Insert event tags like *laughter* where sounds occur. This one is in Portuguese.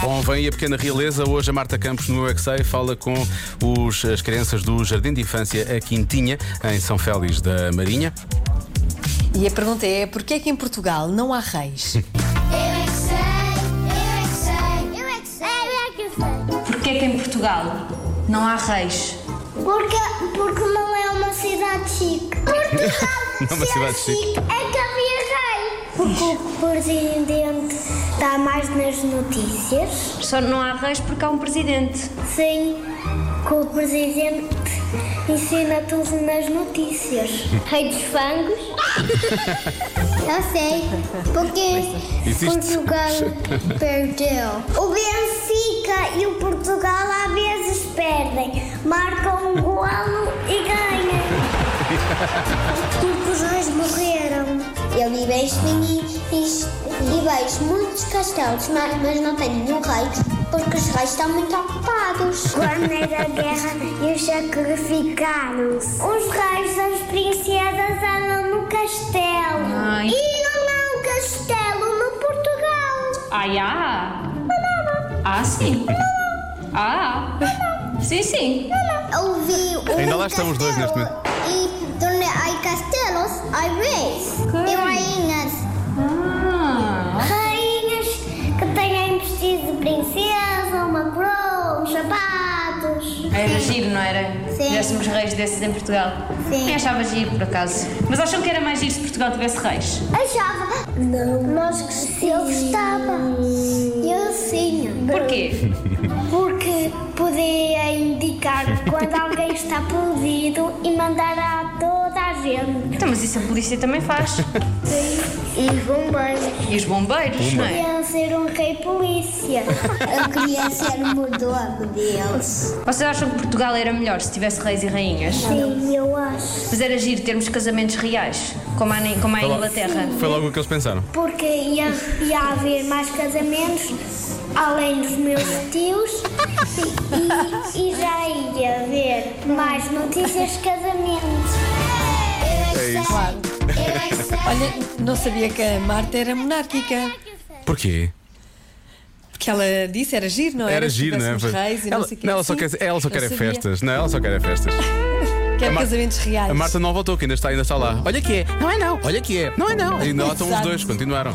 Bom, vem a pequena realeza. Hoje a Marta Campos no UXA fala com os, as crianças do Jardim de Infância a Quintinha, em São Félix da Marinha. E a pergunta é: porquê é que em Portugal não há reis? Eu é que sei, eu é que sei, eu é que sei. Porquê que em Portugal *laughs* não há reis? Porque, porque não é uma cidade chique. *laughs* Portugal Não é uma se cidade chique. é que havia rei. Porque o presidente está mais nas notícias. Só não há reis porque há um presidente. Sim, que o presidente ensina tudo nas notícias. Rei dos fangos. Eu sei, porque Existe. Portugal perdeu. O Benfica e o Portugal às vezes perdem, marcam um golo e ganham. Porque os reis morreram. Eu vivei e, e, vejo muitos castelos, mas, mas não tenho nenhum rei, porque os reis estão muito ocupados. Quando era a guerra, eles sacrificaram-se. Os reis das princesas andam no castelo. Ai. E não há um castelo no Portugal. Ai, há. Ah, sim. Ah. Sim, sim. Eu vi um Ainda lá estão os dois neste castelo E donde há castelos, há reis Ok. e rainhas. Ah. Rainhas que têm vestido de princesa, uma coroa, uns sapatos. Era giro, não era? Sim. Tivéssemos reis desses em Portugal. Sim. Eu achava giro, por acaso. Mas acham que era mais giro se Portugal tivesse reis? Achava. Não. Nós Eu gostava. Eu sim. Porquê? Porque podia indicar *laughs* quando alguém está perdido e mandar a toda a gente. Então, mas isso a polícia também faz. Sim. E bombeiros. E os bombeiros, não é? Queria ser um rei polícia. *laughs* Eu queria ser um mordomo deles. Vocês acham que Portugal era melhor se tivesse reis e rainhas? Sim, eu acho. Mas era giro termos casamentos reais, como há, na- como há em Olá. Inglaterra. Foi logo o que eles pensaram. Porque ia, ia haver mais casamentos, além dos meus tios, e, e já ia haver mais notícias de casamentos. É isso. Claro. Olha, não sabia que a Marta era monárquica. Porquê? Porque ela disse era giro, não é? Era giro, não é? Reis e ela, não sei o quê. ela só Sim, quer, ela só eu quer é sabia. festas. Não, ela só quer é *laughs* festas. Quer A Mar- casamentos reais. A Marta não voltou, que ainda está, ainda está lá. Olha que é. Não é não. Olha que é. Não é não. Ainda lá estão os Exato. dois, continuaram.